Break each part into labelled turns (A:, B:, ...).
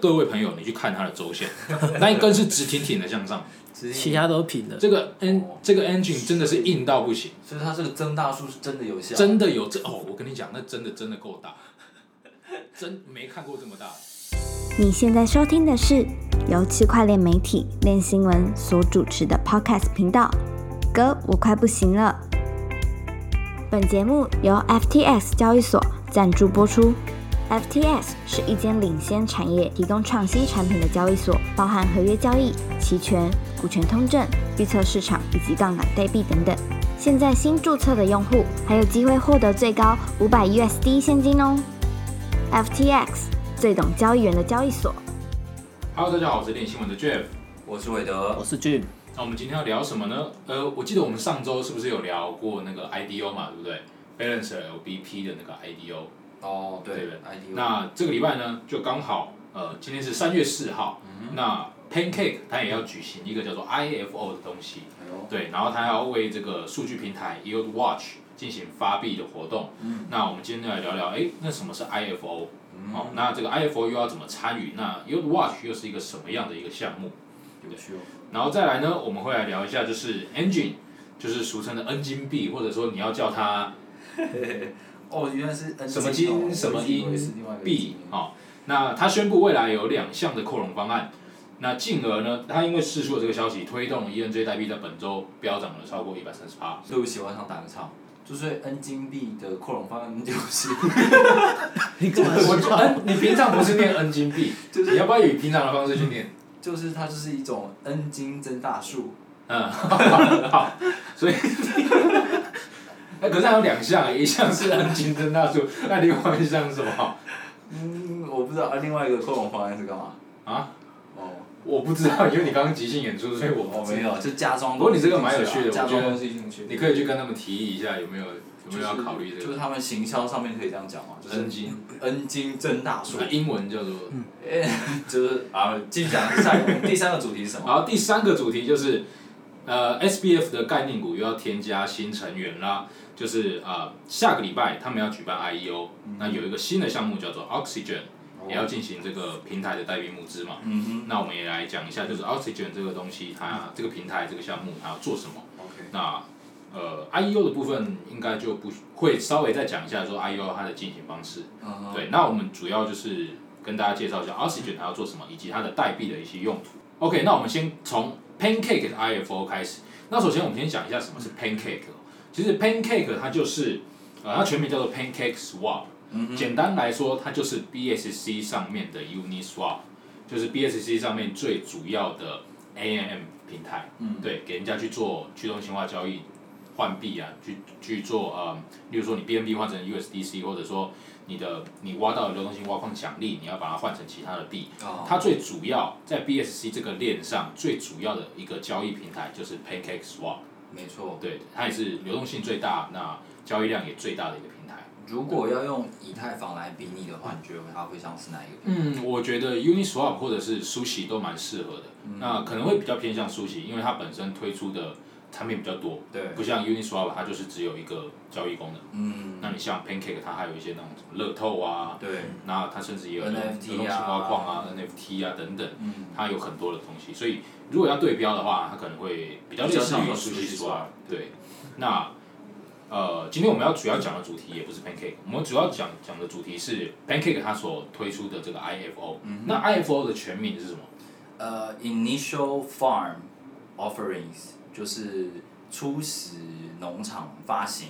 A: 各位朋友，你去看它的周线， 那一根是直挺挺的向上，
B: 其
C: 其他都平的。
A: 这个 en 这个 engine 真的是硬到不行，
B: 所以它这个增大术是真的有效。
A: 真的有这哦，我跟你讲，那真的真的够大， 真没看过这么大。
D: 你现在收听的是由区块链媒体链新闻所主持的 Podcast 频道。哥，我快不行了。本节目由 FTX 交易所赞助播出。FTX 是一间领先产业、提供创新产品的交易所，包含合约交易、期权、股权通证、预测市场以及杠杆对币等等。现在新注册的用户还有机会获得最高五百 USD 现金哦。FTX 最懂交易员的交易所。
A: Hello，大家好，我是练新闻的 Jeff。
B: 我是韦
C: 我
B: 德，
C: 是 Jim，
A: 那我们今天要聊什么呢？呃，我记得我们上周是不是有聊过那个 IDO 嘛，对不对？Balancer LBP 的那个 IDO。
B: 哦，
A: 对
B: 对
A: 对
B: ，ID
A: 那这个礼拜呢，就刚好呃，今天是三月四号，那 Pancake 它也要举行一个叫做 IFO 的东西。
B: 哎呦，
A: 对，然后他要为这个数据平台 Yield Watch 进行发币的活动。
B: 嗯
A: 那我们今天来聊聊，哎，那什么是 IFO？、哦，那这个 IFO 又要怎么参与？那 Yield Watch 又是一个什么样的一个项目？
B: 有趣哦，
A: 然后再来呢，我们会来聊一下，就是 Engine，就是俗称的 N 金币，或者说你要叫它
B: 哦，原来是 N
A: 什么金什么
B: 因
A: 银
B: 是另外一个
A: 币
B: 金
A: 哦。那他宣布未来有两项的扩容方案，那进而呢，他因为释出了这个消息，推动了 ENJ 代币在本周飙涨了超过一百三十趴。
B: 所以我喜欢上打个唱，就是 N 金币的扩容方案就是
C: 你干嘛
A: 我就嗯，你平常不是念 N 金币，你要不要以平常的方式去念？
B: 就是它就是一种 N 金增大术，
A: 嗯，好，所以，哎，可是还有两项，一项是 N 金增大数，那另外一项是什么？
B: 嗯，我不知道啊，另外一个扩容方案是干嘛？
A: 啊？
B: 哦，
A: 我不知道，因为你刚刚即兴演出，所以我
B: 我
A: 不
B: 没
A: 知道。
B: 有，就加装。
A: 不过你这个蛮有趣的
B: 加
A: 我觉
B: 装
A: 得
B: 东西进去。
A: 你可以去跟他们提议一下，有没有有没
B: 就是
A: 有要考虑这
B: 就
A: 个
B: 是？他们行销上面可以这样讲嘛，就是
A: N 金，
B: N 金增大术
A: 那。啊英文叫做。
B: 就是啊，继续讲下一个第三个主题是什么？
A: 然后第三个主题就是，呃，SBF 的概念股又要添加新成员啦，就是啊、呃下个礼拜他们要举办 IEO，、那有一个新的项目叫做 Oxygen，、也要进行这个平台的代币募资嘛。
B: 嗯
A: 那我们也来讲一下，就是 Oxygen 这个东西，它这个平台这个项目它要做什么？
B: 哼，OK，
A: 那呃，IEO 的部分应该就不会稍微再讲一下说 IEO 它的进行方式。
B: 嗯哼，
A: 对，那我们主要就是跟大家介绍一下 Oxygen 它要做什么，以及它的代币的一些用途。OK，那我们先从 Pancake 的 IFO 开始。那首先我们先讲一下什么是 Pancake 哦。其实 Pancake 它就是，呃，它全名叫做 Pancake Swap。简单来说，它就是 BSC 上面的 Uniswap，就是 BSC 上面最主要的 AMM 平台。
B: 嗯
A: 对，给人家去做去中心化交易、换币啊，去去做呃，例如说你 BNB 换成 USDC，或者说你的你挖到的流动性挖矿奖励，你要把它换成其他的币。
B: 哦
A: 它最主要在 BSC 这个链上最主要的一个交易平台就是 Pancake Swap，
B: 没错。
A: 对，它也是流动性最大，那交易量也最大的一个平台。
B: 如果要用以太坊来比拟的话，你觉得它会像是哪一个？
A: 嗯，我觉得 Uniswap 或者是 Sushi 都蛮适合的，
B: 嗯
A: 那可能会比较偏向 Sushi，因为它本身推出的产品比较多，
B: 对
A: 不像 Uniswap 它就是只有一个交易功能。
B: 嗯，
A: 那你像 Pancake 它还有一些那种什么乐透啊，
B: 对，
A: 那它甚至也有
B: NFT 啊
A: 流动性挖矿啊、NFT 啊等等，
B: 嗯，
A: 它有很多的东西。所以如果要对标的话，它可能会比较类似
B: 比
A: 于
B: 较像
A: Sushi
B: Sushi
A: Swap
B: Swap。
A: 对，那呃，今天我们要主要讲的主题也不是 Pancake，我们主要讲讲的主题是 Pancake 它所推出的这个 IFO。那
B: 嗯
A: IFO 的全名是什么？
B: 呃，initial farm offerings 就是初始农场发行。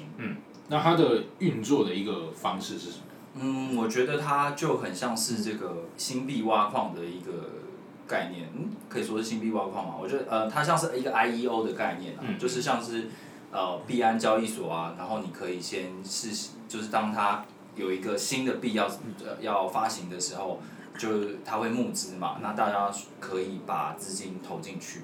A: 那它的运作的一个方式是什么？
B: 嗯，我觉得它就很像是这个新币挖矿的一个概念，嗯，可以说是新币挖矿嘛。我觉得呃，它像是一个 IEO 的概念啊，
A: 嗯
B: 就是像是呃币安交易所啊，然后你可以先试，就是当它有一个新的币要、呃要发行的时候，就是它会募资嘛，那大家可以把资金投进去，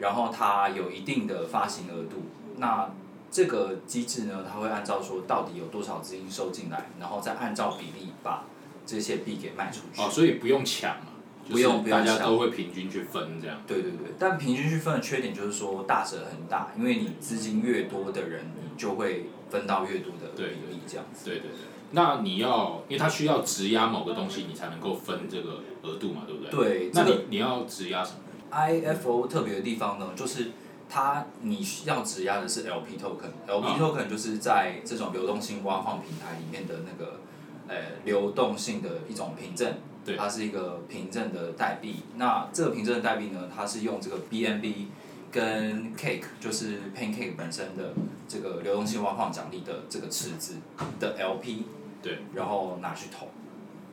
B: 然后它有一定的发行额度，那这个机制呢，它会按照说到底有多少资金收进来，然后再按照比例把这些币给卖出去。
A: 哦，所以不用抢嘛，就
B: 不用
A: 是
B: 不用
A: 大家
B: 抢
A: 都会平均去分这样。
B: 对对对，但平均去分的缺点就是说大折很大，因为你资金越多的人，你就会分到越多的比
A: 对
B: 例这样子。
A: 对对对。那你要，因为它需要质押某个东西，你才能够分这个额度嘛，对不对？。
B: 对，
A: 那
B: 这
A: 你、
B: 个
A: 你要质押什么？
B: IFO 特别的地方呢，就是它你需要质押的是 LP token，LP
A: 啊
B: token 就是在这种流动性挖矿平台里面的那个呃流动性的一种凭证，
A: 对
B: 它是一个凭证的代币。那这个凭证的代币呢，它是用这个 BNB 跟 Cake，就是 Pancake 本身的这个流动性挖矿奖励的这个池子的 LP，
A: 对，
B: 然后拿去投。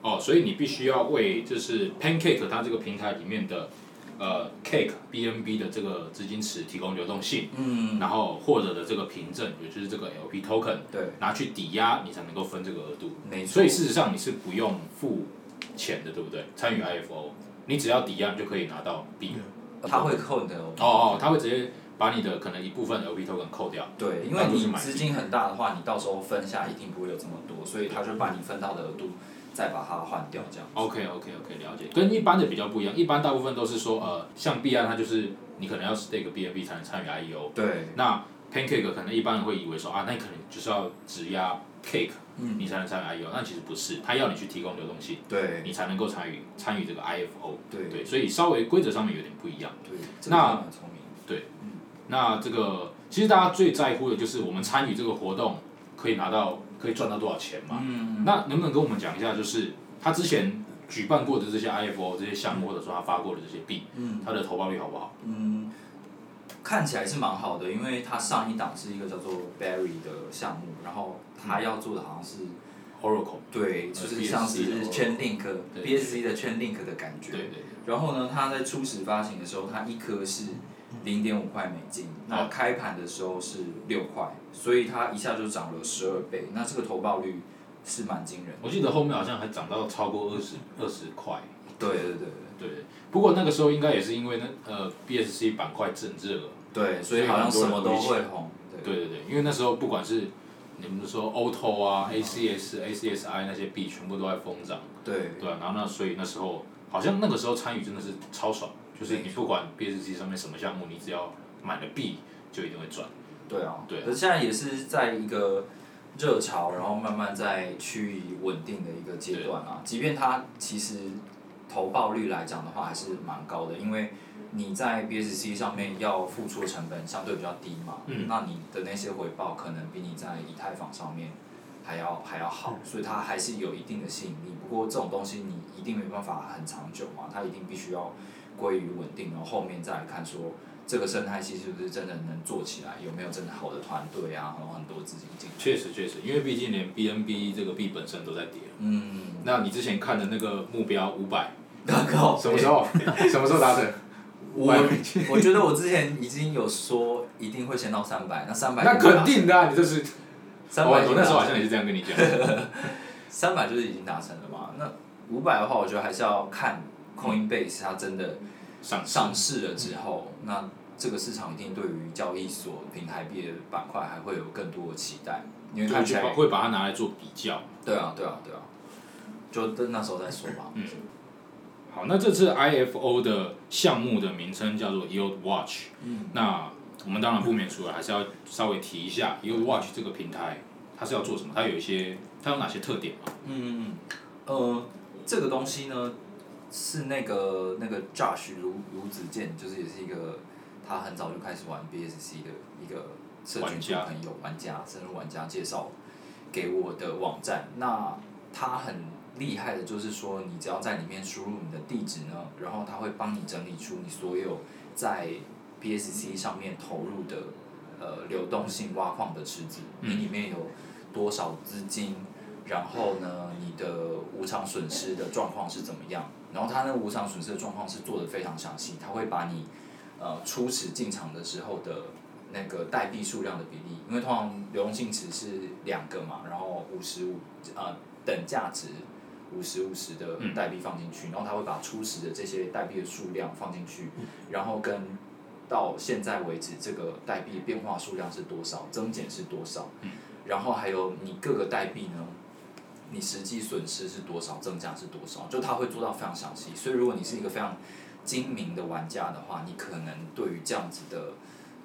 A: 哦，所以你必须要为就是 Pancake 它这个平台里面的呃 Cake BNB 的这个资金池提供流动性，
B: 嗯，
A: 然后获得的这个凭证，也就是这个 LP token，
B: 对，
A: 拿去抵押，你才能够分这个额度。
B: 没错。
A: 所以事实上你是不用付钱的，对不对？参与 IFO，你只要抵押你就可以拿到币了。
B: 它会扣你的 LP。
A: 哦哦，他会直接把你的可能一部分 LP token 扣掉。
B: 对，因
A: 那
B: 为
A: 就是
B: 你
A: 买
B: 资
A: 地
B: 金很大的话，你到时候分下一定不会有这么多，所以他就把你分到的额度再把它换掉，这样。
A: OK OK OK，了解，跟一般的比较不一样。一般大部分都是说，呃，像币安它就是你可能要 stake BNB 才能参与 IEO，
B: 对，
A: 那 Pancake 可能一般人会以为说啊，那你可能就是要质押 Cake
B: 嗯，
A: 你才能参与 E IEO，那其实不是，它要你去提供流动性，
B: 对，
A: 你才能够参与参与这个 IFO。
B: 对，对，
A: 对，所以稍微规则上面有点不一样。
B: 这个
A: 那
B: 真的很聪明。
A: 那这个其实大家最在乎的就是我们参与这个活动可以拿到可以赚到多少钱嘛？
B: 嗯，
A: 那能不能跟我们讲一下，就是他之前举办过的这些 IFO 这些项目，或者说他发过的这些币，
B: 嗯
A: 它的投报率好不好？
B: 嗯，看起来是蛮好的，因为它上一档是一个叫做 Berry 的项目，然后他要做的好像是
A: Oracle，
B: 对，就是
A: 嗯呃
B: 像
A: BSC
B: 是
A: 的
B: 圈 link
A: 对
B: BSC 的圈 link 的感觉。
A: 对对对，
B: 然后呢，它在初始发行的时候，它一颗是零点五块美金，那开盘的时候是六块，所以它一下就涨了十二倍。那这个投报率是蛮惊人的。
A: 我记得后面好像还涨到超过二十二十块。
B: 对对对
A: 对，不过那个时候应该也是因为那呃 BSC 板块正热，
B: 对对，所以好像什么都会红。
A: 对对对，因为那时候不管是你们说 Auto 啊、ACS、ACSI 那些币全部都在疯涨。
B: 对
A: 对啊，然后那所以那时候好像那个时候参与真的是超爽，就是你不管 BSC 上面什么项目，你只要买了币就一定会赚。
B: 对啊，
A: 对啊
B: 可是现在也是在一个热潮，然后慢慢在趋于稳定的一个阶段啊。即便它其实投报率来讲的话，还是蛮高的，因为你在 BSC 上面要付出的成本相对比较低嘛，
A: 嗯
B: 那你的那些回报可能比你在以太坊上面还要还要好，所以它还是有一定的吸引力。不过这种东西你一定没办法很长久嘛，它一定必须要归于稳定，然后后面再来看说这个生态系是不是真的能做起来，有没有真的好的团队啊，然后很多资金进去。
A: 确实确实，因为毕竟连 BNB 这个币本身都在跌。
B: 嗯，
A: 那你之前看的那个目标五百，
B: 那个
A: 哦什么时？候？什么时候达成？
B: 我我觉得我之前已经有说一定会先到三百，那三 百
A: 那肯定的、啊，你这是。哦
B: 三
A: 我
B: 百
A: 我那时候好像也是这样跟你 讲。
B: 三百就是已经达成了嘛。那五百的话，我觉得还是要看
A: 嗯
B: Coinbase 它真的
A: 上
B: 上市了之后，那这个市场一定对于交易所平台币的板块还会有更多的期待，因为
A: 对，
B: 看起
A: 就把
B: 来
A: 会把它拿来做比较。
B: 对啊对啊对啊，就等那时候再说吧。
A: 嗯好，那这次 IFO 的项目的名称叫做 Yield Watch。
B: 嗯，
A: 那我们当然不免俗了，还是要稍微提一下，因为 Watch 这个平台它是要做什么？它有一些，它有哪些特点嘛？
B: 嗯，呃，这个东西呢，是那个那个 Josh 卢卢子健，就是也是一个他很早就开始玩 BSC 的一个社
A: 玩
B: 群
A: 家
B: 朋友玩家，深入玩家介绍给我的网站。那他很厉害的就是说，你只要在里面输入你的地址呢，然后他会帮你整理出你所有在 BSC 上面投入的呃流动性挖矿的池子，
A: 嗯
B: 你里面有多少资金，然后呢，你的无偿损失的状况是怎么样？然后他那个无偿损失的状况是做的非常详细，他会把你呃初始进场的时候的那个代币数量的比例，因为通常流动性池是两个嘛，然后五十五呃等价值五十五十的
A: 嗯
B: 代币放进去，然后他会把初始的这些代币的数量放进去，然后跟到现在为止这个代币变化数量是多少，增减是多少，
A: 嗯
B: 然后还有你各个代币呢，你实际损失是多少，增加是多少，就它会做到非常详细。所以如果你是一个非常精明的玩家的话，你可能对于这样子的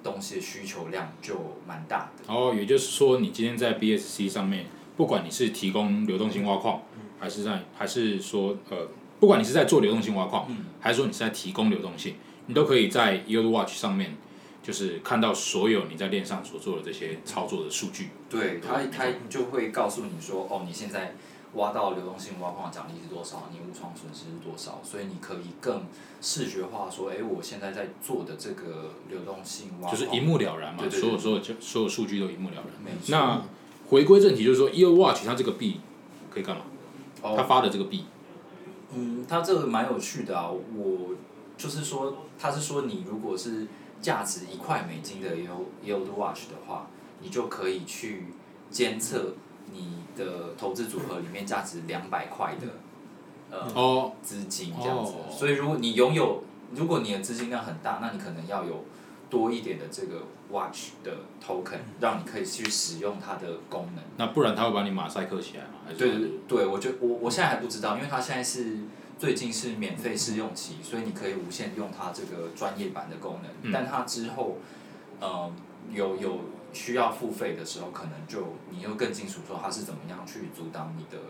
B: 东西的需求量就蛮大的。
A: 哦，也就是说，你今天在 BSC 上面不管你是提供流动性挖矿，还是在还是说呃，不管你是在做流动性挖矿，还是说你是在提供流动性，你都可以在 y o u Watch 上面就是看到所有你在链上所做的这些操作的数据。
B: 对他，他就会告诉你说，哦，你现在挖到流动性挖矿奖励是多少，你无创损失是多少，所以你可以更视觉化说，哎，我现在在做的这个流动性挖矿，
A: 就是一目了然嘛，
B: 哦对对对
A: 所有所有就所有数据都一目了然。
B: 没错
A: 那回归正题，就是说 e o Watch 它这个币可以干嘛？
B: 哦
A: 它发的这个币，
B: 嗯，它这个蛮有趣的啊。我就是说，它是说你如果是价值一块美金的 Yield Yield Watch 的话，你就可以去监测你的投资组合里面价值两百块的呃
A: 哦，
B: 资金这样子
A: 哦。
B: 所以如果你拥有，如果你的资金量很大，那你可能要有多一点的这个 Watch 的 token，让你可以去使用它的功能。
A: 那不然它会把你马赛克起来嘛？还是
B: 对对对，我觉我我现在还不知道，因为它现在是最近是免费试用期，所以你可以无限用它这个专业版的功能。
A: 嗯
B: 但它之后，呃，有有需要付费的时候，可能就你又更清楚说它是怎么样去阻挡你的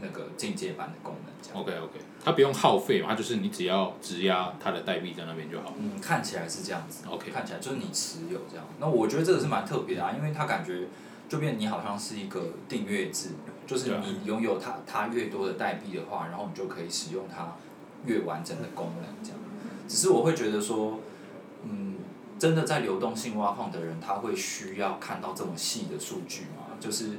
B: 那个进阶版的功能这样。
A: OK OK，它不用耗费嘛，它就是你只要质押它的代币在那边就好。
B: 嗯，看起来是这样子。
A: OK
B: 看起来就是你持有这样。那我觉得这个是蛮特别的啊，因为它感觉就变你好像是一个订阅制，就是
A: 对啊
B: 你拥有它它越多的代币的话，然后你就可以使用它越完整的功能这样。只是我会觉得说，嗯，真的在流动性挖矿的人，他会需要看到这么细的数据吗？就是。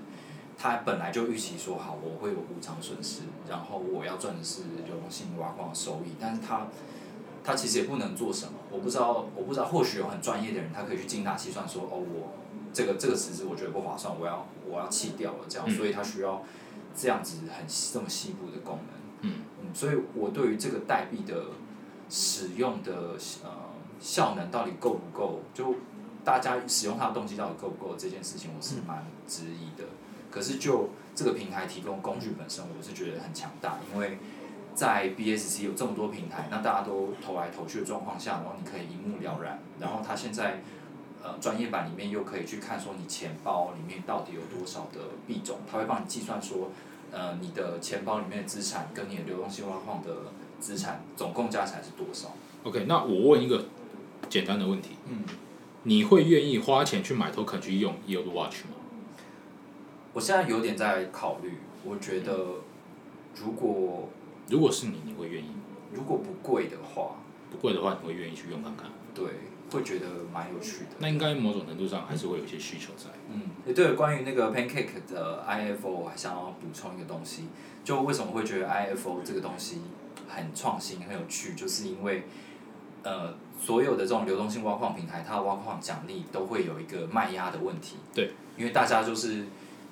B: 他本来就预期说好，我会有无偿损失，然后我要赚的是流动性挖矿的收益，但是他他其实也不能做什么，我不知道，我不知道，或许有很专业的人，他可以去精打细算说，哦，我这个这个池子我觉得不划算，我要我要弃掉了这样，
A: 嗯
B: 所以他需要这样子很细这么细部的功能，
A: 嗯
B: 嗯，所以我对于这个代币的使用的呃效能到底够不够，就大家使用它的动机到底够不够这件事情，我
A: 嗯
B: 是蛮质疑的。可是就这个平台提供工具本身，我是觉得很强大，因为在 BSC 有这么多平台，那大家都投来投去的状况下，然后你可以一目了然。然后它现在呃专业版里面又可以去看说你钱包里面到底有多少的币种，它会帮你计算说，呃你的钱包里面的资产跟你的流动性挖矿的资产总共加起来是多少？
A: OK，那我问一个简单的问题，
B: 嗯，
A: 你会愿意花钱去买 token 去用 e o Watch 吗？
B: 我现在有点在考虑，我觉得如果
A: 如果是你，你会愿意吗？
B: 如果不贵的话，
A: 不贵的话，你会愿意去用看看？
B: 对，会觉得蛮有趣的。
A: 那应该某种程度上还是会有一些需求在。
B: 嗯，也对了，关于那个 Pancake 的 IFO，我还想要补充一个东西，就为什么会觉得 IFO 这个东西很创新、很有趣，就是因为，呃，所有的这种流动性挖矿平台，它的挖矿奖励都会有一个卖压的问题。
A: 对。
B: 因为大家就是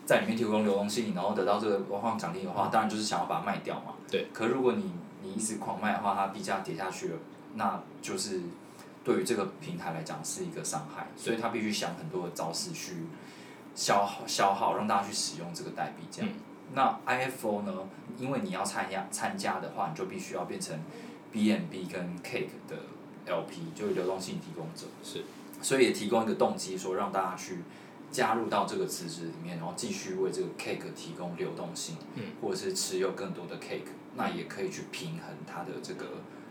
B: 在里面提供流动性，然后得到这个挖矿奖励的话，当然就是想要把它卖掉嘛。
A: 嗯对。
B: 可如果你你一直狂卖的话，它币价跌下去了，那就是对于这个平台来讲是一个伤害，所以它必须想很多的招式去消耗消耗，让大家去使用这个代币这样。
A: 嗯
B: 那 IFO 呢？因为你要参加参加的话，你就必须要变成 BNB 跟 Cake 的 LP，就是流动性提供者。
A: 是。
B: 所以也提供一个动机，说让大家去加入到这个池子里面，然后继续为这个 Cake 提供流动性，
A: 嗯
B: 或者是持有更多的 Cake，那也可以去平衡它的这个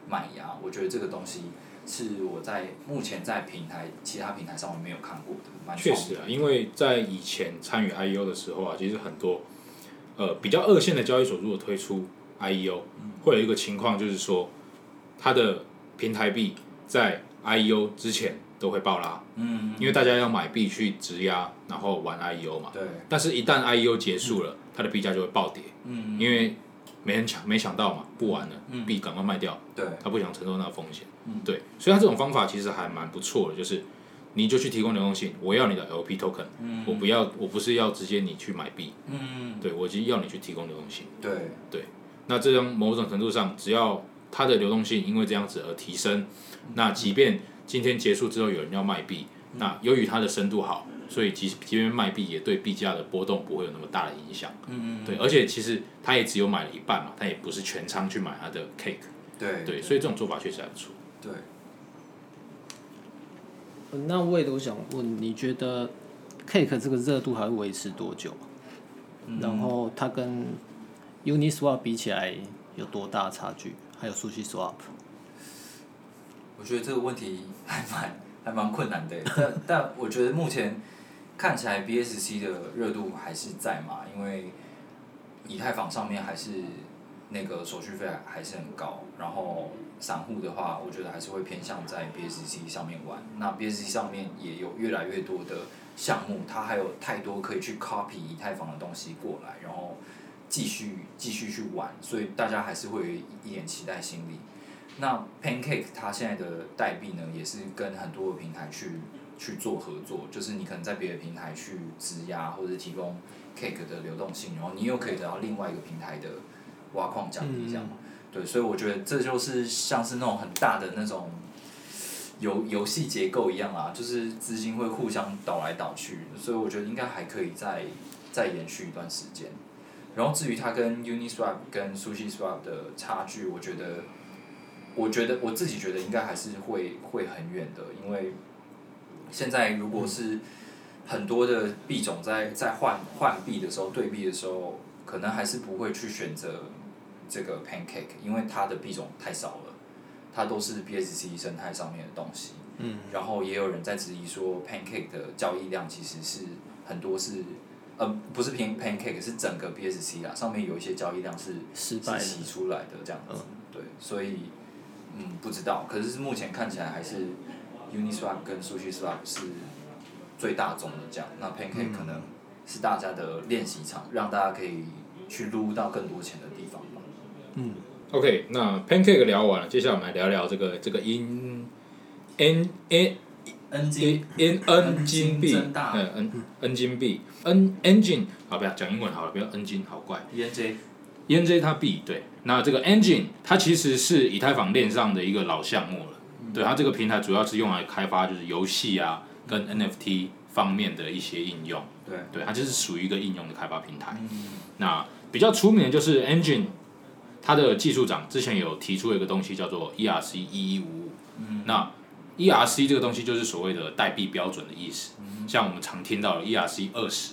B: 卖压。我觉得这个东西是我在目前在平台其他平台上我没有看过的，蛮
A: 确
B: 创意
A: 实
B: 的
A: 啊，因为在以前参与 IEO 的时候啊，其实很多呃比较二线的交易所如果推出 IEO，会
B: 嗯
A: 有一个情况就是说，它的平台币在 IEO 之前都会爆拉，
B: 嗯，
A: 因为大家要买币去质押，然后玩 IEO 嘛。
B: 对，
A: 但是，一旦 IEO 结束了，它的币价就会暴跌，
B: 嗯，
A: 因为没人抢，没抢到嘛，不玩了，币赶快卖掉，
B: 对，
A: 他不想承受那个风险。
B: 嗯
A: 对，所以他这种方法其实还蛮不错的，就是你就去提供流动性，我要你的 LP token，、我不要，我不是要直接你去买币，
B: 嗯，
A: 对我就要你去提供流动性。
B: 对，
A: 那这样某种程度上，只要它的流动性因为这样子而提
B: 嗯
A: 升，那即便今天结束之后有人要卖币，
B: 嗯
A: 那由于它的深度好，所以即即便卖币也对币价的波动不会有那么大的影响。
B: 嗯，
A: 对，而且其实他也只有买了一半嘛，他也不是全仓去买他的 cake。
B: 对，
A: 对，所以这种做法确实还不错。
B: 对，
C: 那魏，我想问，你觉得 Cake 这个热度还会维持多久？然后它跟 Uniswap 比起来有多大差距？还有 SushiSwap，
B: 我觉得这个问题还蛮还蛮困难的，但但我觉得目前看起来 BSC 的热度还是在嘛，因为以太坊上面还是那个手续费还是很高，然后散户的话，我觉得还是会偏向在 BSC 上面玩。那 BSC 上面也有越来越多的项目，它还有太多可以去 copy 以太坊的东西过来，然后继续继续去玩，所以大家还是会有一点期待心理。那 Pancake 它现在的代币呢，也是跟很多的平台去去做合作，就是你可能在别的平台去质押或者提供 Cake 的流动性，然后你又可以得到另外一个平台的挖矿奖励，这样嘛？对，所以我觉得这就是像是那种很大的那种游游戏结构一样啊，就是资金会互相倒来倒去，所以我觉得应该还可以再再延续一段时间。然后至于它跟 Uniswap 跟 SushiSwap 的差距，我觉得。我觉得我自己觉得应该还是会会很远的，因为现在如果是很多的币种在在换换币的时候对币的时候，可能还是不会去选择这个 Pancake，因为它的币种太少了，它都是 BSC 生态上面的东西。
C: 嗯。
B: 然后也有人在质疑说，Pancake 的交易量其实是很多是，呃，不是 Pan Pancake 是整个 BSC 啦，上面有一些交易量是
C: 失败的
B: 是洗出来的这样子，对，所以嗯不知道，可是目前看起来还是 Uniswap 跟 SushiSwap 是最大宗的这样，那
C: 嗯
B: Pancake 可能是大家的练习场，让大家可以去撸到更多钱的地方吧。
A: OK，那 Pancake 聊完了，接下来我们来聊聊这个这个 in n n
B: N
A: in
B: G
A: in n 金币，
B: 真大
A: 嗯 n n 金币 n engine，好不要讲英文好了，不要 n 金，好怪。
B: E N J
A: ENJ 它 B 对，那这个 Engine 它其实是以太坊链上的一个老项目了，对它这个平台主要是用来开发就是游戏啊跟 NFT 方面的一些应用，
B: 对，嗯
A: 对它就是属于一个应用的开发平台。那比较出名的就是 Engine，它的技术长之前有提出一个东西叫做 ERC 一一五五，
B: 嗯
A: 那 ERC 这个东西就是所谓的代币标准的意思，
B: 嗯
A: 像我们常听到的 ERC 二十，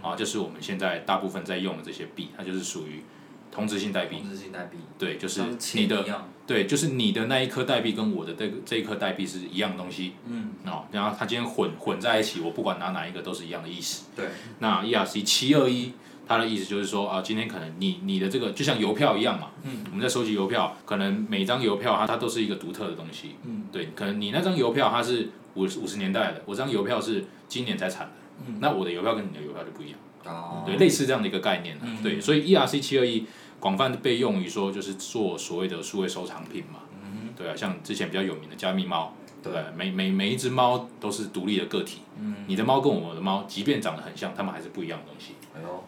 A: 啊，就是我们现在大部分在用的这些币，它就是属于同质性代币
B: 同，质性代币，
A: 对，就是
B: 像钱
A: 你的
B: 一样，
A: 对，就是你的那一颗代币跟我的这个这一颗代币是一样东西
B: 嗯，
A: 哦，然后它今天混混在一起，我不管拿哪一个都是一样的意思。
B: 对，
A: 那 ERC 七二一，它的意思就是说啊，今天可能你你的这个就像邮票一样嘛，
B: 嗯，
A: 我们在收集邮票，可能每张邮票它它都是一个独特的东西，
B: 嗯，
A: 对，可能你那张邮票它是五五十年代的，我这张邮票是今年才产的，
B: 嗯
A: 那我的邮票跟你的邮票就不一样。
B: 哦，
A: 对，类似这样的一个概念、啊
B: 嗯
A: 对，所以 ERC 七二一广泛地被用于说就是做所谓的数位收藏品嘛，
B: 嗯
A: 对啊，像之前比较有名的加密猫，对
B: 对
A: 不对，每每每一只猫都是独立的个体，
B: 嗯，
A: 你的猫跟我的猫，即便长得很像，它们还是不一样的东西。
B: 哎呦，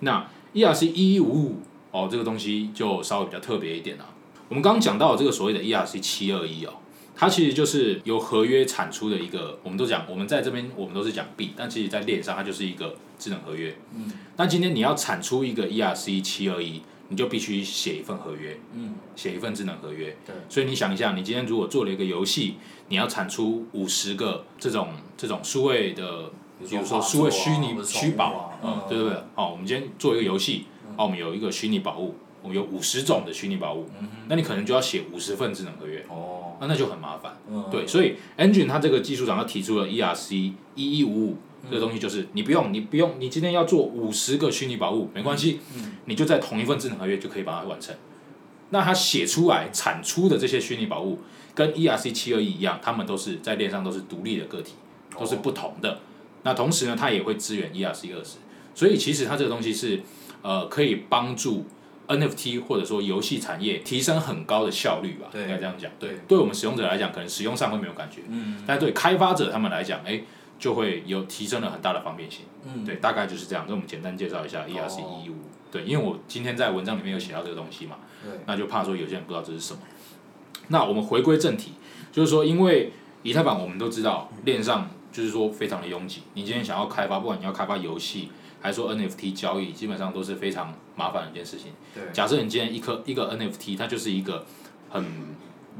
A: 那 ERC 一一五五哦，这个东西就稍微比较特别一点啦、我们刚刚讲到的这个所谓的 ERC 七二一哦，它其实就是由合约产出的一个，我们都讲，我们在这边我们都是讲币，但其实在链上它就是一个智能合约。
B: 嗯。
A: 那今天你要产出一个 ERC 七二一，你就必须写一份合约，
B: 嗯，
A: 写一份智能合约。
B: 对，
A: 所以你想一下，你今天如果做了一个游戏，你要产出五十个这种这种数位的，比如说数位虚拟虚
B: 啊
A: 宝，嗯，对不对？好，我们今天做一个游戏，
B: 嗯
A: 哦，我们有一个虚拟宝物，我们有五十种的虚拟宝物，
B: 嗯
A: 那你可能就要写五十份智能合约，
B: 哦，
A: 那那就很麻烦。
B: 嗯，
A: 对，所以 Engine 它这个技术长它提出了 ERC 一一五五
B: 嗯
A: 这个东西，就是你不用，你不用，你今天要做五十个虚拟宝物没关系，
B: 嗯
A: 你就在同一份智能合约就可以把它完成。那它写出来产出的这些虚拟宝物，跟 ERC 七二一一样，它们都是在链上都是独立的个体，
B: 哦
A: 都是不同的。那同时呢，它也会支援 ERC 二十，所以其实它这个东西是呃可以帮助 NFT 或者说游戏产业提升很高的效率吧，
B: 对
A: 应该这样讲。对
B: 对，
A: 对我们使用者来讲，可能使用上会没有感觉，
B: 嗯，
A: 但对开发者他们来讲，哎、就会有提升了很大的方便性。
B: 嗯，哦
A: 对，大概就是这样。那我们简单介绍一下 E ERC 一五、对，因为我今天在文章里面有写到这个东西嘛，
B: 对，
A: 那就怕说有些人不知道这是什么。那我们回归正题，就是说，因为以太坊我们都知道链上就是说非常的拥挤，你今天想要开发，不管你要开发游戏还是说 NFT 交易，基本上都是非常麻烦的一件事情。
B: 对，
A: 假设你今天一颗一个 NFT，它就是一个很，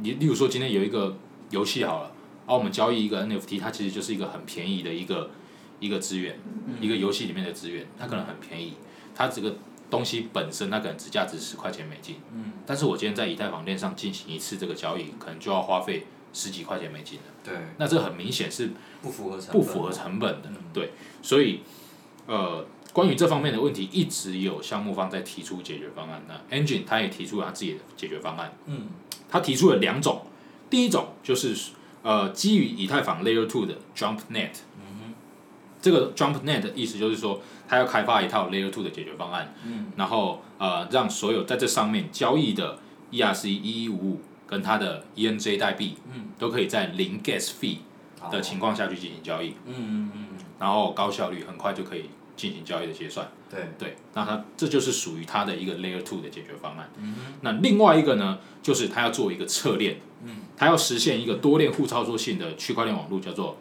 A: 你例如说今天有一个游戏好了，然后我们交易一个 NFT，它其实就是一个很便宜的一个一个资源，一个游戏里面的资源，它可能很便宜。它这个东西本身它可能只价值十块钱美金，
B: 嗯，
A: 但是我今天在以太坊链上进行一次这个交易，可能就要花费十几块钱美金了。
B: 对，
A: 那这很明显是
B: 不符合成
A: 不
B: 本
A: 符合成本的
B: 嗯，
A: 对，所以呃，关于这方面的问题，一直有项目方在提出解决方案。那 Engine 他也提出了他自己的解决方案，
B: 嗯，
A: 他提出了两种，第一种就是呃基于以太坊 Layer Two 的 JumpNet，嗯这个 JumpNet 的意思就是说，他要开发一套 Layer Two 的解决方案，
B: 嗯，
A: 然后呃让所有在这上面交易的 E ERC 一一五五跟它的 ENJ 代币，
B: 嗯，
A: 都可以在零 Gas Fee
B: 好
A: 的情况下去进行交易。
B: 嗯嗯嗯，
A: 然后高效率，很快就可以进行交易的结算。
B: 对，
A: 对，那它这就是属于它的一个 Layer Two 的解决方案。
B: 嗯
A: 那另外一个呢，就是它要做一个侧链，嗯，它要实现一个多链互操作性的区块链网络，叫做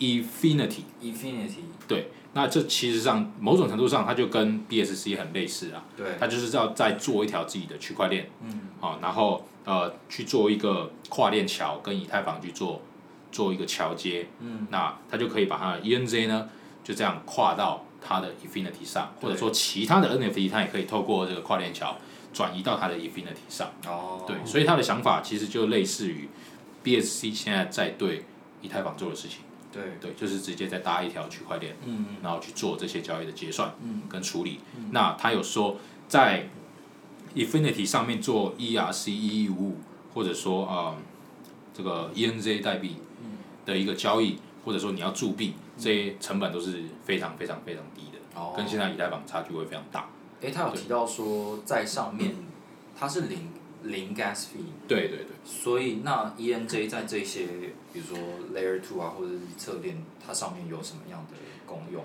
A: Infinity。
B: Infinity，
A: 对，那这其实上某种程度上，它就跟 BSC 很类似啊，
B: 对，
A: 它就是要再做一条自己的区块链，
B: 嗯，
A: 好、然后呃去做一个跨链桥，跟以太坊去做做一个桥接，
B: 嗯，
A: 那它就可以把它的 ENZ 呢就这样跨到它的 Infinity 上，
B: 对
A: 或者说其他的 NFT 它也可以透过这个跨链桥转移到它的 Infinity 上，
B: 哦，
A: 对，所以它的想法其实就类似于 BSC 现在在对以太坊做的事情，
B: 对，
A: 对，就是直接再搭一条区块链。
B: 嗯
A: 然后去做这些交易的结算
B: 嗯
A: 跟处理。那他有说在 Infinity 上面做 E ERC 一一五五，或者说啊、呃这个 ENZ 代币
B: 嗯
A: 的一个交易，或者说你要铸币，这些成本都是非常非常非常低的，
B: 哦
A: 跟现在以太坊差距会非常大。
B: 诶，他有提到说在上面它是零零 gas fee，
A: 对对对，
B: 所以那 ENJ 在这些比如说 Layer Two 啊或者是侧链，它上面有什么样的功用？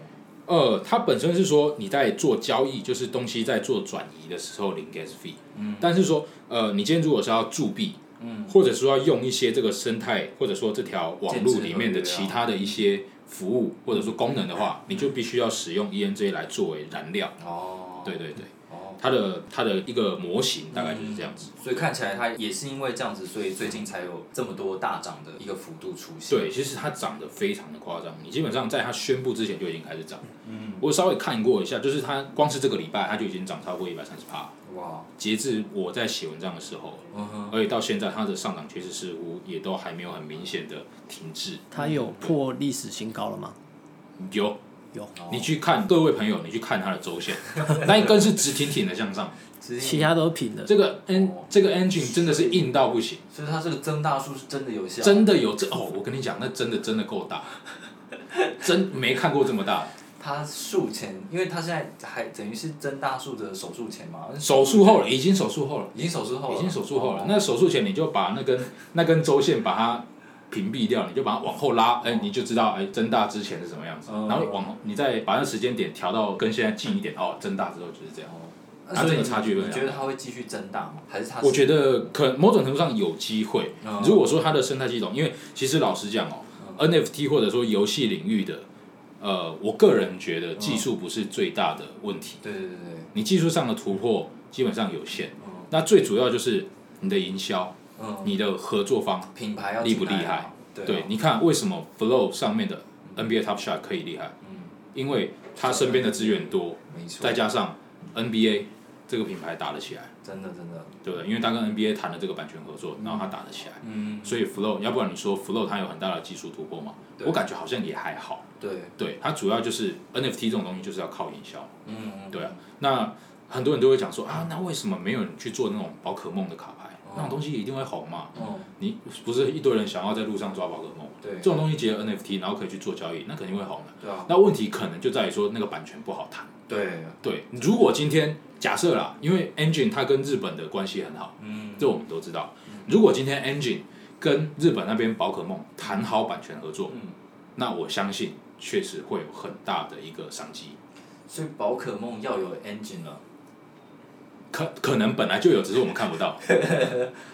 A: 呃，它本身是说你在做交易，就是东西在做转移的时候零 gas fee，
B: 嗯
A: 但是说呃，你今天如果是要铸币，
B: 嗯，
A: 或者说要用一些这个生态，或者说这条网络里面的
B: 建制合约啊嗯
A: 其他的一些服务或者说功能的话，你就必须要使用 ENJ 来作为燃料。
B: 哦，
A: 对，对对，
B: 哦，嗯
A: 它的它的一个模型大概就是这样子。
B: 所以看起来它也是因为这样子，所以最近才有这么多大涨的一个幅度出现。
A: 对，其实它涨得非常的夸张，你基本上在它宣布之前就已经开始涨。嗯，我稍微看过一下，就是它光是这个礼拜它就已经涨超过一百三十趴，
B: 哇，
A: 截至我在写文章的时候，
B: 嗯哼，
A: 而且到现在它的上涨趋势似乎也都还没有很明显的停滞。
C: 它有破历史新高了吗？
A: 有
C: 有，
A: 你去看各位朋友，你去看它的周线，那一根是直挺挺的向上。
B: 其
C: 其他都是平的。
A: 这个 n
B: 哦
A: 这个 engine 真的是硬到不行，
B: 所以它这个增大术是真的有效，
A: 真的有这哦，我跟你讲，那真的真的够大，真没看过这么大的。
B: 它术前，因为它现在还等于是增大术的手术前嘛，
A: 手术后了，已经手术后了，
B: 已经手术后了，
A: 已经手术后了
B: 哦。
A: 那手术前你就把那根 那根周线把它屏蔽掉，你就把它往后拉，哎，你就知道哎增大之前是什么样子，
B: 哦
A: 然后往你再把那时间点调到跟现在近一点，哦，增大之后就是这样。那
B: 那所以
A: 这个差距
B: 你
A: 会
B: 你
A: 很
B: 觉得它会继续增大吗？还是它是？
A: 我觉得可某种程度上有机会
B: 嗯。
A: 如果说它的生态系统，因为其实老实讲哦、n f t 或者说游戏领域的，呃，我个人觉得技术不是最大的问题，
B: 对对对对，
A: 你技术上的突破基本上有限
B: 嗯。
A: 那最主要就是你的营销，
B: 嗯，
A: 你的合作方
B: 品牌要
A: 厉不
B: 进来
A: 厉
B: 啊
A: 害？
B: 对啊
A: 对，你看为什么 Flow 上面的 NBA Top Shot 可以厉害？
B: 嗯
A: 因为他身边的资源多，
B: 没错，
A: 再加上 NBA 这个品牌打得起来。
B: 真的真的，
A: 对不对？因为他跟 NBA 谈了这个版权合作，然后他打得起来，
B: 嗯，
A: 所以 Flow，要不然你说 Flow 它有很大的技术突破嘛？
B: 对
A: 我感觉好像也还好。
B: 对，
A: 对，它主要就是 NFT 这种东西就是要靠营销，
B: 嗯，
A: 对啊。那很多人都会讲说啊，那为什么没有人去做那种宝可梦的卡牌？
B: 哦
A: 那种东西一定会红嘛？
B: 嗯，
A: 你不是一堆人想要在路上抓宝可梦？
B: 对
A: 这种东西结合 NFT，然后可以去做交易，那肯定会红的。
B: 对啊，
A: 那问题可能就在于说那个版权不好谈。
B: 对，
A: 对，如果今天假设啦，因为 Engine 它跟日本的关系很好，
B: 嗯，
A: 这我们都知道。如果今天 Engine 跟日本那边宝可梦谈好版权合作，
B: 嗯
A: 那我相信确实会有很大的一个商机。
B: 所以宝可梦要有 engine 了。
A: 可可能本来就有，只是我们看不到。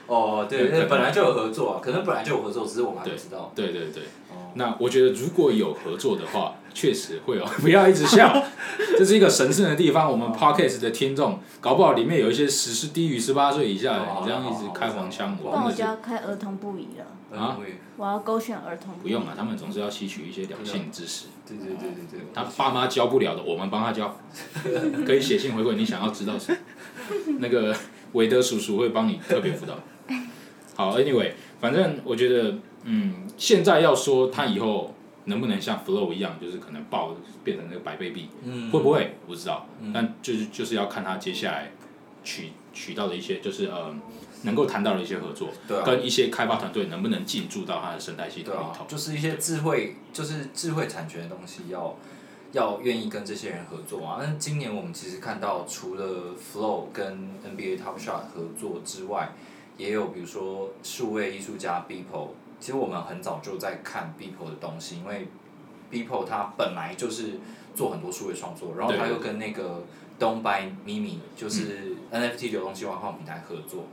B: 哦，
A: 对
B: 对，
A: 可
B: 对，
A: 能
B: 本来就有合作啊，可能本来就有合作，只是我们还不
A: 对
B: 知道。
A: 对对对
B: 哦。
A: 那我觉得如果有合作的话， 确实会有，不要一直笑， 这是一个神圣的地方。我
B: 哦
A: 们 podcast 的听众，搞不好里面有一些实是低于十八岁以下的人，
B: 哦
A: 你这样一直开黄腔，
B: 好
A: 我
D: 不然
A: 真的
D: 我就是要开儿童不宜了，
A: 啊
B: 我也
D: 我要勾选儿童
A: 不用啊了。他们总是要吸取一些良性知识，
B: 对对对对对，
A: 他爸妈教不了的，我们帮他教。 可以写信回馈，你想要知道什么？那个韦德叔叔会帮你特别辅导。好，anyway，反正我觉得，嗯，现在要说他以后能不能像 Flow 一样，就是可能爆变成那个百倍币，
B: 嗯，
A: 会不会不知道，但就是就是要看他接下来取取到的一些，就是呃能够谈到的一些合作，
B: 对啊
A: 跟一些开发团队能不能进驻到他的生态系统
B: 对
A: 里
B: 啊
A: 头，。
B: 就是一些智慧，就是智慧产权的东西要要愿意跟这些人合作啊。但是今年我们其实看到，除了 Flow 跟 NBA Top Shot 合作之外，也有比如说数位艺术家 Beeple。其实我们很早就在看 Beeple 的东西，因为 Beeple 他本来就是做很多数位创作，然后
A: 对
B: 他又跟那个 Don't Buy Mimi 就是 NFT 流动性外换平台合作。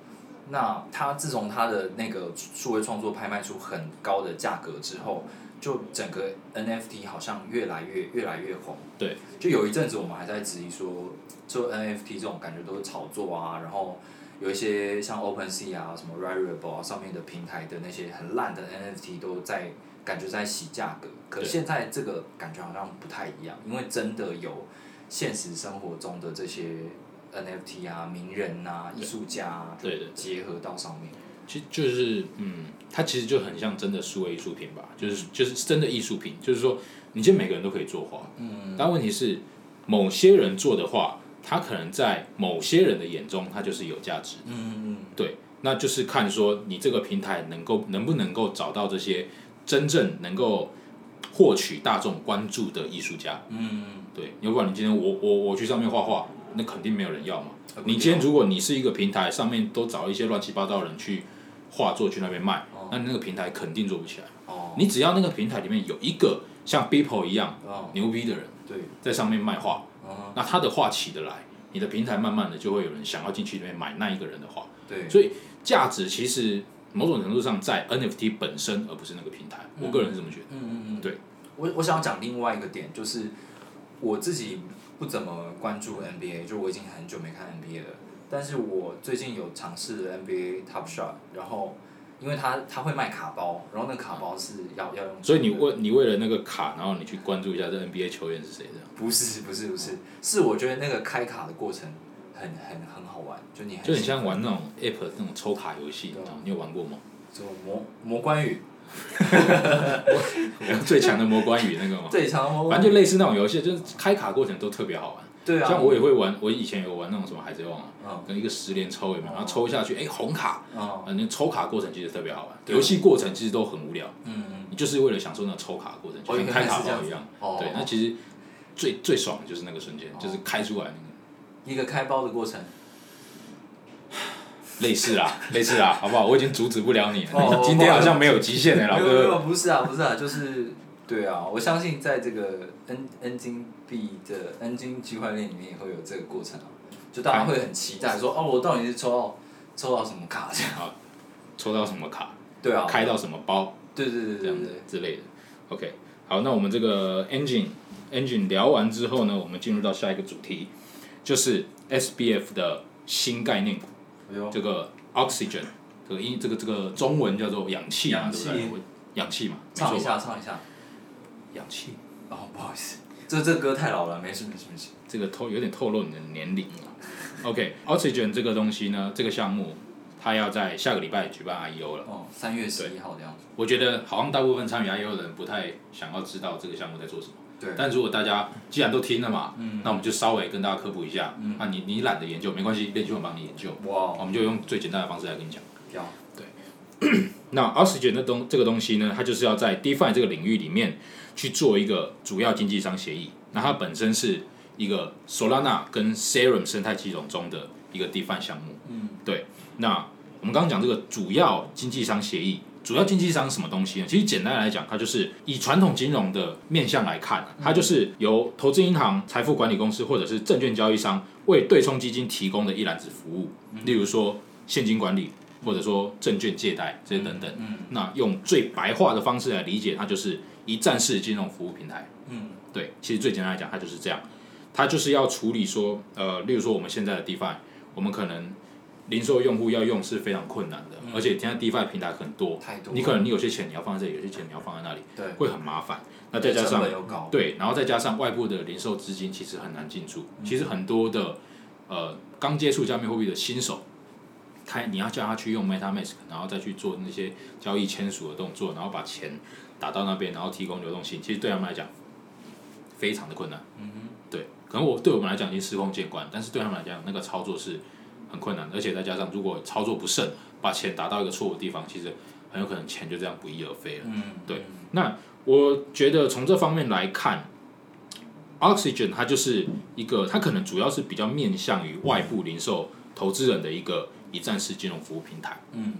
B: 那他自从他的那个数位创作拍卖出很高的价格之后，就整个 NFT 好像越来越越来越红。
A: 对。
B: 就有一阵子我们还在质疑说，做 NFT 这种感觉都是炒作啊，然后有一些像 OpenSea 啊、什么 Rarible 啊上面的平台的那些很烂的 NFT 都在感觉在洗价格。可
A: 对
B: 现在这个感觉好像不太一样，因为真的有现实生活中的这些 NFT 啊、名人啊、艺术家啊，
A: 对对对
B: 结合到上面。
A: 其实就是嗯，它其实就很像真的数位艺术品吧，就是就是真的艺术品，就是说你其实每个人都可以作画，嗯，但问题是某些人做的画，他可能在某些人的眼中，它就是有价值的，
B: 嗯嗯
A: 对，那就是看说你这个平台能够能不能够找到这些真正能够获取大众关注的艺术家，
B: 嗯，
A: 对，要不然你今天我我我去上面画画，那肯定没有人要嘛。
B: 呃
A: 你今天如果你是一个平台，上面都找一些乱七八糟的人去画作去那边卖，那你那个平台肯定做不起来。
B: 哦
A: 你只要那个平台里面有一个像 Beeple 一样
B: 哦
A: 牛逼的人
B: 对，
A: 在上面卖画，
B: 嗯
A: 那他的画起得来，你的平台慢慢的就会有人想要进去里面买那一个人的画，
B: 对，
A: 所以价值其实某种程度上在 NFT 本身，而不是那个平台。我个人是这么觉得。
B: 嗯嗯嗯，
A: 对。
B: 我我想讲另外一个点，就是我自己不怎么关注 NBA，就我已经很久没看 NBA 了。但是我最近有尝试了 NBA Top Shot，然后因为它它会卖卡包，然后那个卡包是要要用钱的。
A: 所以你为你为了那个卡，然后你去关注一下这 NBA 球员是谁这样。
B: 不是不是不是，是我觉得那个开卡的过程很很很好玩，就你很
A: 就很
B: 喜欢
A: 像玩那种
B: 嗯
A: app 那种抽卡游戏，你
B: 啊
A: 知道吗你有玩过吗？
B: 就魔魔关羽
A: 最强的魔关羽那个吗？
B: 最强的魔关
A: 反
B: 羽
A: 正就类似那种游戏，就是开卡过程都特别好玩。
B: 对啊，
A: 像我也会玩，我以前有玩那种什么海贼王啊
B: 嗯，
A: 跟一个十连抽有没有？
B: 哦
A: 然后抽下去，哎，红卡，
B: 嗯
A: 反正抽卡过程其实特别好玩。
B: 对
A: 游戏过程其实都很无聊，
B: 嗯嗯
A: 你就是为了享受那种抽卡过程，就
B: 哦
A: 像
B: 原来
A: 开卡
B: 是这样
A: 包
B: 子
A: 一样。
B: 哦
A: 对，那其实最最爽的就是那个瞬间，就是开出来那个。
B: 一个开包的过程。
A: 类似啦， 类似啦，好不好？我已经阻止不了你了，
B: 哦
A: 你今天好像没有极限的老
B: 没有没
A: 哥。
B: 有，不是啊，不是啊，就是对啊，我相信在这个 N N 金币的 N 金区块链里面也会有这个过程啊，就大家会很期待说，哦，我到底是抽到抽到什么卡这样？
A: 抽到什么卡，
B: 对啊，
A: 开到什么包，
B: 对对对
A: 这样
B: 对
A: 子
B: 对，
A: 之类的。OK，好，那我们这个 engine engine 聊完之后呢，我们进入到下一个主题，就是 SBF 的新概念股，
B: 哎呦
A: 这个 oxygen，这个英这个这个中文叫做氧气嘛，
B: 氧
A: 对
B: 气
A: 不对？我氧气嘛，没
B: 唱一
A: 错吧，
B: 下唱一下，
A: 氧气。
B: 哦，不好意思，这这歌太老了，没事没事没事，
A: 这个透有点透露你的年龄了。OK，oxygen、这个东西呢，这个项目它要在下个礼拜举办 IEO 了。
B: 哦，三月十一号的样子，
A: 我觉得好像大部分参与 IEO 的人不太想要知道这个项目在做什么。
B: 对，
A: 但如果大家既然都听了嘛，那我们就稍微跟大家科普一下。那你你懒得研究没关系，练习我帮你研究，我
B: 哇，
A: 们就用最简单的方式来跟你讲。
B: 要
A: 那 oxygen 的东这个东西呢，它就是要在 DeFi 这个领域里面去做一个主要经济商协议。那它本身是一个 Solana 跟 Serum 生态系统中的一个 DeFi 项目。
B: 嗯，
A: 对。那我们刚刚讲这个主要经济商协议，主要经济商是什么东西呢？其实简单来讲，它就是以传统金融的面向来看，它就是由投资银行、财富管理公司或者是证券交易商为对冲基金提供的一揽子服务，例如说现金管理、或者说证券借贷这些等等。
B: 嗯
A: 那用最白话的方式来理解，它就是一站式金融服务平台。
B: 嗯
A: 对，其实最简单来讲，它就是这样，它就是要处理说，呃，例如说我们现在的 DeFi，我们可能零售用户要用是非常困难的，而且现在 DeFi 平台很多，
B: 嗯太多了
A: 你可能你有些钱你要放在这里，有些钱你要放在那里，
B: 对
A: 会很麻烦。那再加
B: 成
A: 上
B: 本又高，
A: 对，然后再加上外部的零售资金其实很难进驻，其实很多的呃刚接触加密货币的新手，开你要叫他去用 MetaMask，然后再去做那些交易签署的动作，然后把钱打到那边，然后提供流动性，其实对他们来讲非常的困难。嗯对，可能我对我们来讲已经司空见惯，但是对他们来讲那个操作是很困难的，而且再加上如果操作不慎，把钱打到一个错误的地方，其实很有可能钱就这样不翼而飞了。
B: 嗯，
A: 对那我觉得从这方面来看，Oxygen 它就是一个，它可能主要是比较面向于外部零售投资人的一个一站式金融服务平台。
B: 嗯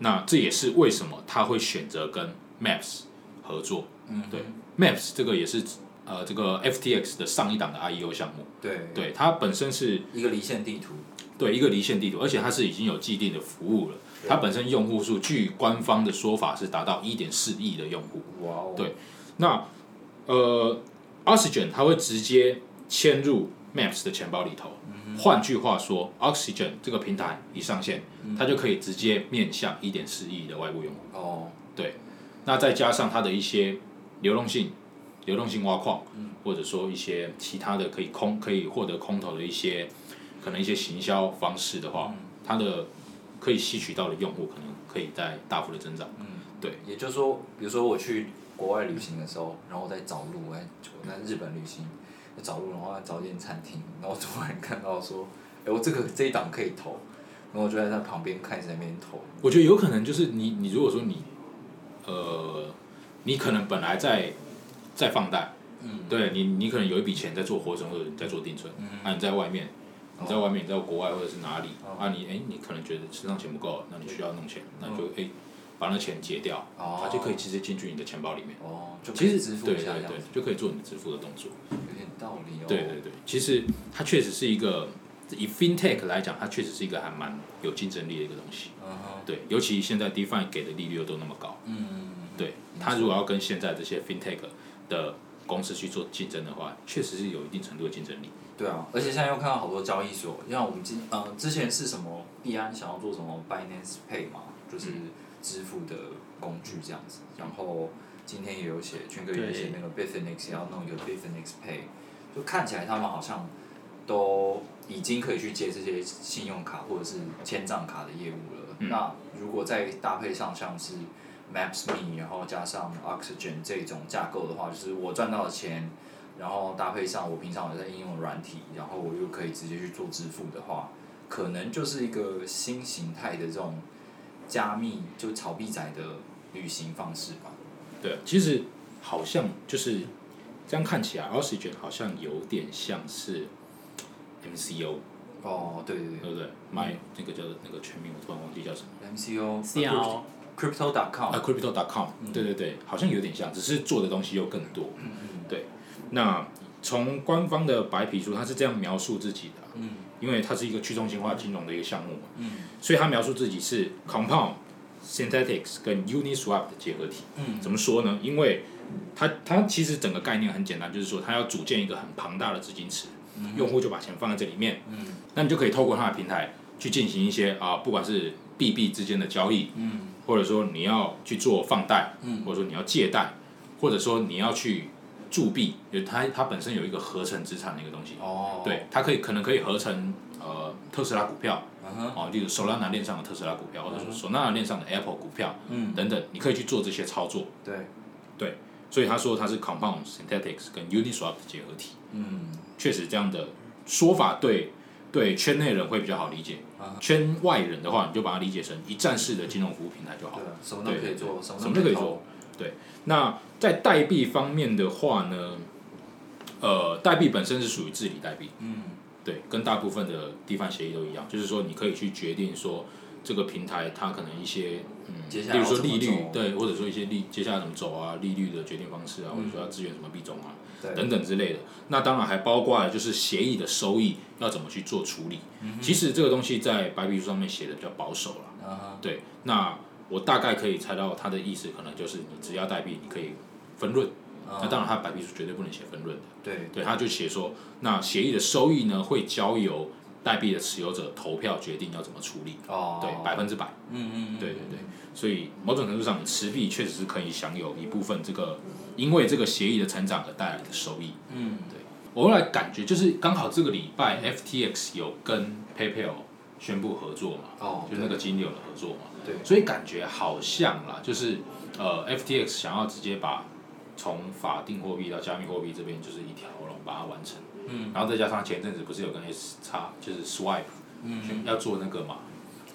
A: 那这也是为什么他会选择跟 Maps 合作。
B: 嗯，
A: 对，Maps 这个也是呃这个 FTX 的上一档的 IEO 项目，
B: 对对，
A: 对，它本身是
B: 一个离线地图，
A: 对一个离线地图，而且它是已经有既定的服务了。
B: 对
A: 它本身用户数，据官方的说法是达到一点四亿的用户。
B: 哇哦，
A: 对那呃，Oxygen 它会直接嵌入 Maps 的钱包里头。换句话说，Oxygen 这个平台一上线，它就可以直接面向一点四亿的外部用户。
B: 哦，
A: 那再加上它的一些流动性、流动性挖矿，或者说一些其他的可以空可以获得空投的一些可能一些行销方式的话，它的可以吸取到的用户可能可以在大幅的增长。
B: 也就是说，比如说我去国外旅行的时候，然后我在找路，我在我在日本旅行在找路，然后在找一间餐厅，然后突然看到说，哎、我这个这一档可以投，然后我就在那旁边看在那边投，
A: 我觉得有可能就是你，你如果说你，呃，你可能本来在在放贷，
B: 嗯，
A: 对你，你可能有一笔钱在做活存或者你在做定存，啊，你在外面，你在外面，你在国外或者是哪里，
B: 嗯哦
A: 啊你，哎，你可能觉得身上钱不够，那你需要弄钱，那你就哎把那钱结掉，
B: 嗯哦
A: 它就可以直接进去你的钱包里面，
B: 哦，就可
A: 其
B: 以
A: 实
B: 支付
A: 对
B: 一
A: 对
B: 下这样
A: 对
B: 子，，
A: 就可以做你的支付的动作。
B: 有点道理哦。
A: 对对对，其实它确实是一个以 FinTech 来讲，它确实是一个还蛮有竞争力的一个东西。
B: 嗯哼，
A: 对，尤其现在 DeFi 给的利率又都那么高，
B: 嗯，
A: 对，它如果要跟现在这些 FinTech 的公司去做竞争的话，确实是有一定程度的竞争力。
B: 对啊，而且现在又看到好多交易所，像我们之呃之前是什么币安想要做什么 Binance Pay 嘛，就是支付的工具这样子，然后今天也有写圈哥也有写那个 Bitfinex 也要弄一个 Bitfinex Pay，就看起来他们好像都已经可以去接这些信用卡或者是千账卡的业务了。
A: 嗯
B: 那如果再搭配上像是 Maps Me，然后加上 Oxygen 这种架构的话，就是我赚到的钱，然后搭配上我平常有在应用的软体，然后我又可以直接去做支付的话，可能就是一个新形态的这种加密就炒币仔的旅行方式吧。
A: 对，其实好像就是这样看起来，Oxygen 好像有点像是 MCO，
B: 哦，对对
A: 对不对？
B: 嗯
A: 买那个叫做那个全名我突然忘记叫什么
B: 对，MCO
C: 这样哦
B: Crypto.com
A: 啊，Crypto.com，对
B: 嗯
A: 对对，好像有点像，只是做的东西又更多。
B: 嗯
A: 对，那从官方的白皮书，它是这样描述自己的啊、
B: 嗯
A: 因为它是一个去中心化金融的一个项目嘛，
B: 嗯
A: 所以它描述自己是 Compound、Synthetics 跟 Uniswap 的结合体。
B: 嗯
A: 怎么说呢？因为它它其实整个概念很简单，就是说它要组建一个很庞大的资金池，用户就把钱放在这里面，
B: 嗯
A: 那你就可以透过它的平台去进行一些啊、不管是币币之间的交易，
B: 嗯
A: 或者说你要去做放贷，
B: 嗯
A: 或者说你要借贷，或者说你要去铸币，就是它它本身有一个合成资产的一个东西，
B: 哦，
A: 对，它可以可能可以合成呃特斯拉股票，
B: 嗯哼，
A: 哦，例如 Solana 链上的特斯拉股票，或者说 Solana 链上的 Apple 股票
B: 嗯，
A: 等等，你可以去做这些操作。
B: 对，
A: 所以他说它是 Compound Synthetics 跟 Uniswap 的结合体，
B: 嗯
A: 确实这样的说法对对圈内人会比较好理解
B: 啊，
A: 圈外人的话你就把它理解成一站式的金融服务平台就好
B: 对
A: 了。
B: 啊，什么都可以做，
A: 对
B: 么
A: 什么都可以
B: 投
A: 做，那在代币方面的话呢，呃，代币本身是属于治理代币，
B: 嗯
A: 对，跟大部分的地方协议都一样，就是说你可以去决定说这个平台它可能一些嗯，
B: 接下来
A: 例如说
B: 要怎么
A: 利率
B: 走，
A: 对，或者说一些利接下来怎么走啊，利率的决定方式啊，或者说要支援什么币种啊，
B: 嗯对，
A: 等等之类的。那当然还包括了就是协议的收益要怎么去做处理。其实这个东西在白皮书上面写的比较保守了，
B: 嗯哼，
A: 对，那我大概可以猜到它的意思，可能就是你只要代币，你可以分润。
B: 啊
A: 那当然，它白皮书绝对不能写分润的。
B: 对，
A: 对，他就写说，那协议的收益呢，会交由代币的持有者投票决定要怎么处理。
B: 哦，
A: 对，百，分之百。
B: 嗯嗯，嗯
A: 对对对，所以某种程度上，你持币确实是可以享有一部分这个，因为这个协议的成长而带来的收益。
B: 嗯，
A: 我后来感觉就是刚好这个礼拜 FTX 有跟 PayPal 宣布合作嘛，
B: 哦，
A: 就那个金流的合作嘛，
B: 对，
A: 所以感觉好像啦，就是呃 FTX 想要直接把从法定货币到加密货币这边就是一条龙把它完成，
B: 嗯
A: 然后再加上前阵子不是有跟 S 叉就是 Swipe
B: 嗯，
A: 要做那个嘛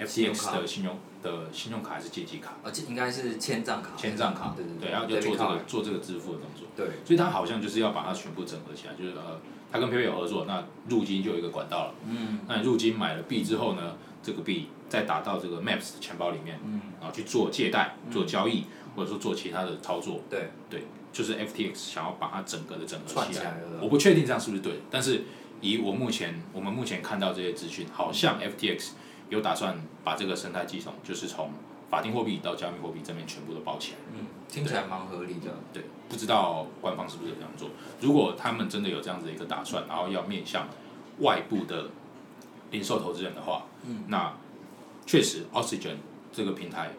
B: 信用
A: ，FTX
B: 卡
A: 的信用的信用卡还是借记卡，
B: 而且应该是千账卡，
A: 千账卡
B: 对对
A: 要要做这
B: debit card
A: 个做这个支付的动作。
B: 对，
A: 所以他好像就是要把它全部整合起来，就是呃，他跟 PayPal 有合作，那入金就有一个管道了。
B: 嗯
A: 那你入金买了币之后呢，这个币再打到这个 Maps 的钱包里面，
B: 嗯，
A: 然后去做借贷、做交易，或者说做其他的操作。
B: 对，
A: 对，就是 FTX 想要把它整个的整合
B: 串起来了
A: 我不确定这样是不是对，但是以我目前我们目前看到这些资讯，好像 FTX 有打算把这个生态系统，就是从法定货币到加密货币这边全部都包起来。
B: 嗯，听起来蛮合理的，
A: 对，不知道官方是不是有这样做。如果他们真的有这样子的一个打算，然后要面向外部的零售投资人的话，
B: 嗯，
A: 那确实 Oxygen 这个平台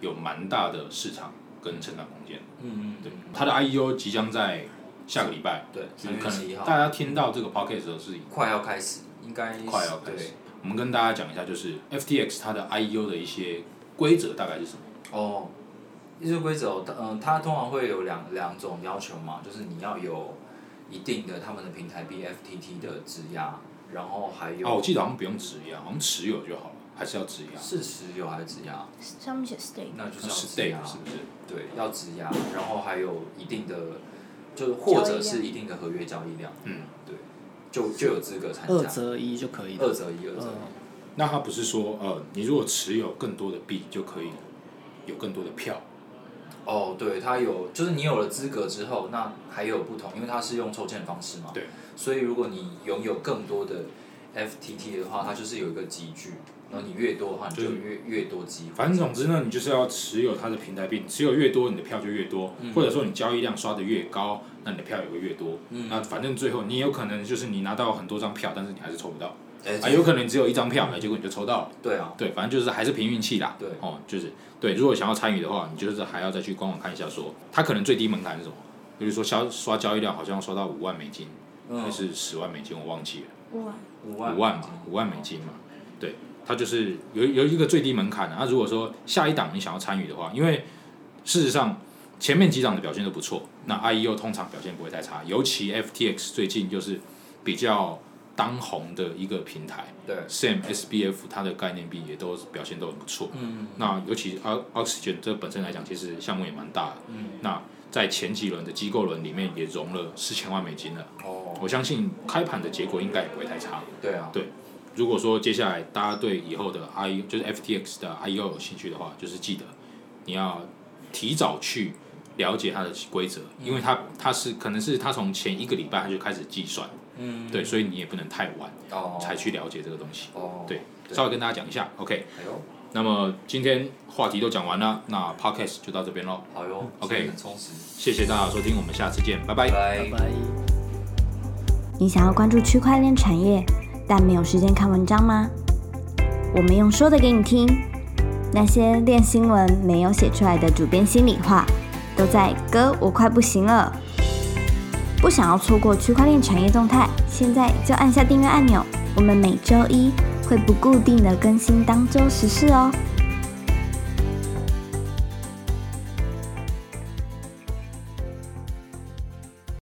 A: 有蛮大的市场跟成长空间。
B: 嗯嗯，
A: 对，它的 IEO 即将在下个礼拜，
B: 对，
A: 就
B: 三
A: 是
B: 月
A: 可
B: 十一
A: 能
B: 号
A: 大家听到这个 p o c k e t 的时候是
B: 快要开始，应该是
A: 快要开始
B: 对。
A: 我们跟大家讲一下，就是 FTX 它的 IEO 的一些规则大概是什么？
B: 哦，艺术规则哦，它嗯，它通常会有两两种要求嘛，就是你要有一定的他们的平台 BFTT 的质押，然后还有、
A: 哦，我记得好像不用质押，好像持有就好了，还是要质啊押？
B: 是持有还是质押？
D: 上面写 stake，
B: 那啊就是要
A: 是
B: 质
A: day
B: 押，
A: 是不是？
B: 对，要质押，然后还有一定的，就是或者是一定的合约交易量，
A: 嗯，
B: 就就有资格参
C: 二
B: 加。
C: 择一就可以
B: 二
C: 了。
B: 择一，二择
C: 嗯
B: 一，
A: 那他不是说，呃，你如果持有更多的币，就可以有更多的票，
C: 嗯
B: 哦，对，它有，就是你有了资格之后，那还有不同，因为它是用抽签的方式嘛，
A: 对，
B: 所以如果你拥有更多的 FTT 的话，它就是有一个集聚，然后你越多的话，你就
A: 对
B: 越越多机会。
A: 反正总之呢，你就是要持有它的平台币，你持有越多，你的票就越多，
B: 嗯
A: 或者说你交易量刷的越高，那你的票也会越多。
B: 嗯
A: 那反正最后你有可能就是你拿到很多张票，但是你还是抽不到，
B: 哎
A: 啊，有可能只有一张票，哎，结果你就抽到了。
B: 对啊，
A: 对，反正就是还是凭运气啦。
B: 嗯对
A: 哦，就是对。如果想要参与的话，你就是还要再去官网看一下说它可能最低门槛是什么。比如说销刷交易量好像要刷到五万美金，还
B: 嗯，
A: 是十万美金，我忘记了。
D: 哇，
B: 五万
A: 五万嘛，五万美金嘛，对，它就是有有一个最低门槛的、啊。如果说下一档你想要参与的话，因为事实上前面几档的表现都不错，那 IEO 通常表现不会太差，尤其 FTX 最近就是比较当红的一个平台
B: 对，
A: ，Sam SBF 它的概念币也都表现都很不错。
B: 嗯
A: 那尤其 O- Oxygen 这本身来讲，其实项目也蛮大的。
B: 嗯，
A: 那在前几轮的机构轮里面也融了四千万美金了，
B: 哦，
A: 我相信开盘的结果应该也不会太差。
B: 对啊，
A: 对如果说接下来大家对以后的 I 就是 FTX 的 IEO 有兴趣的话，就是记得你要提早去了解它的规则，
B: 嗯
A: 因为它它是可能是它从前一个礼拜它就开始计算，
B: 嗯，
A: 对，所以你也不能太晚
B: 哦，
A: 才去了解这个东西。
B: 哦，
A: 对，
B: 对
A: 稍微跟大家讲一下，OK。
B: 哎呦，
A: 那么今天话题都讲完了，那 Podcast 就到这边喽，
B: 好哟
A: OK
B: 今天很充实，
A: 谢谢大家收听，我们下次见，拜拜。
C: 拜拜。
D: 你想要关注区块链产业，但没有时间看文章吗？我们用说的给你听，那些练新闻没有写出来的主编心里话，都在“哥，我快不行了”。不想要错过区块链产业动态，现在就按下订阅按钮。我们每周一会不固定的更新当周时事哦。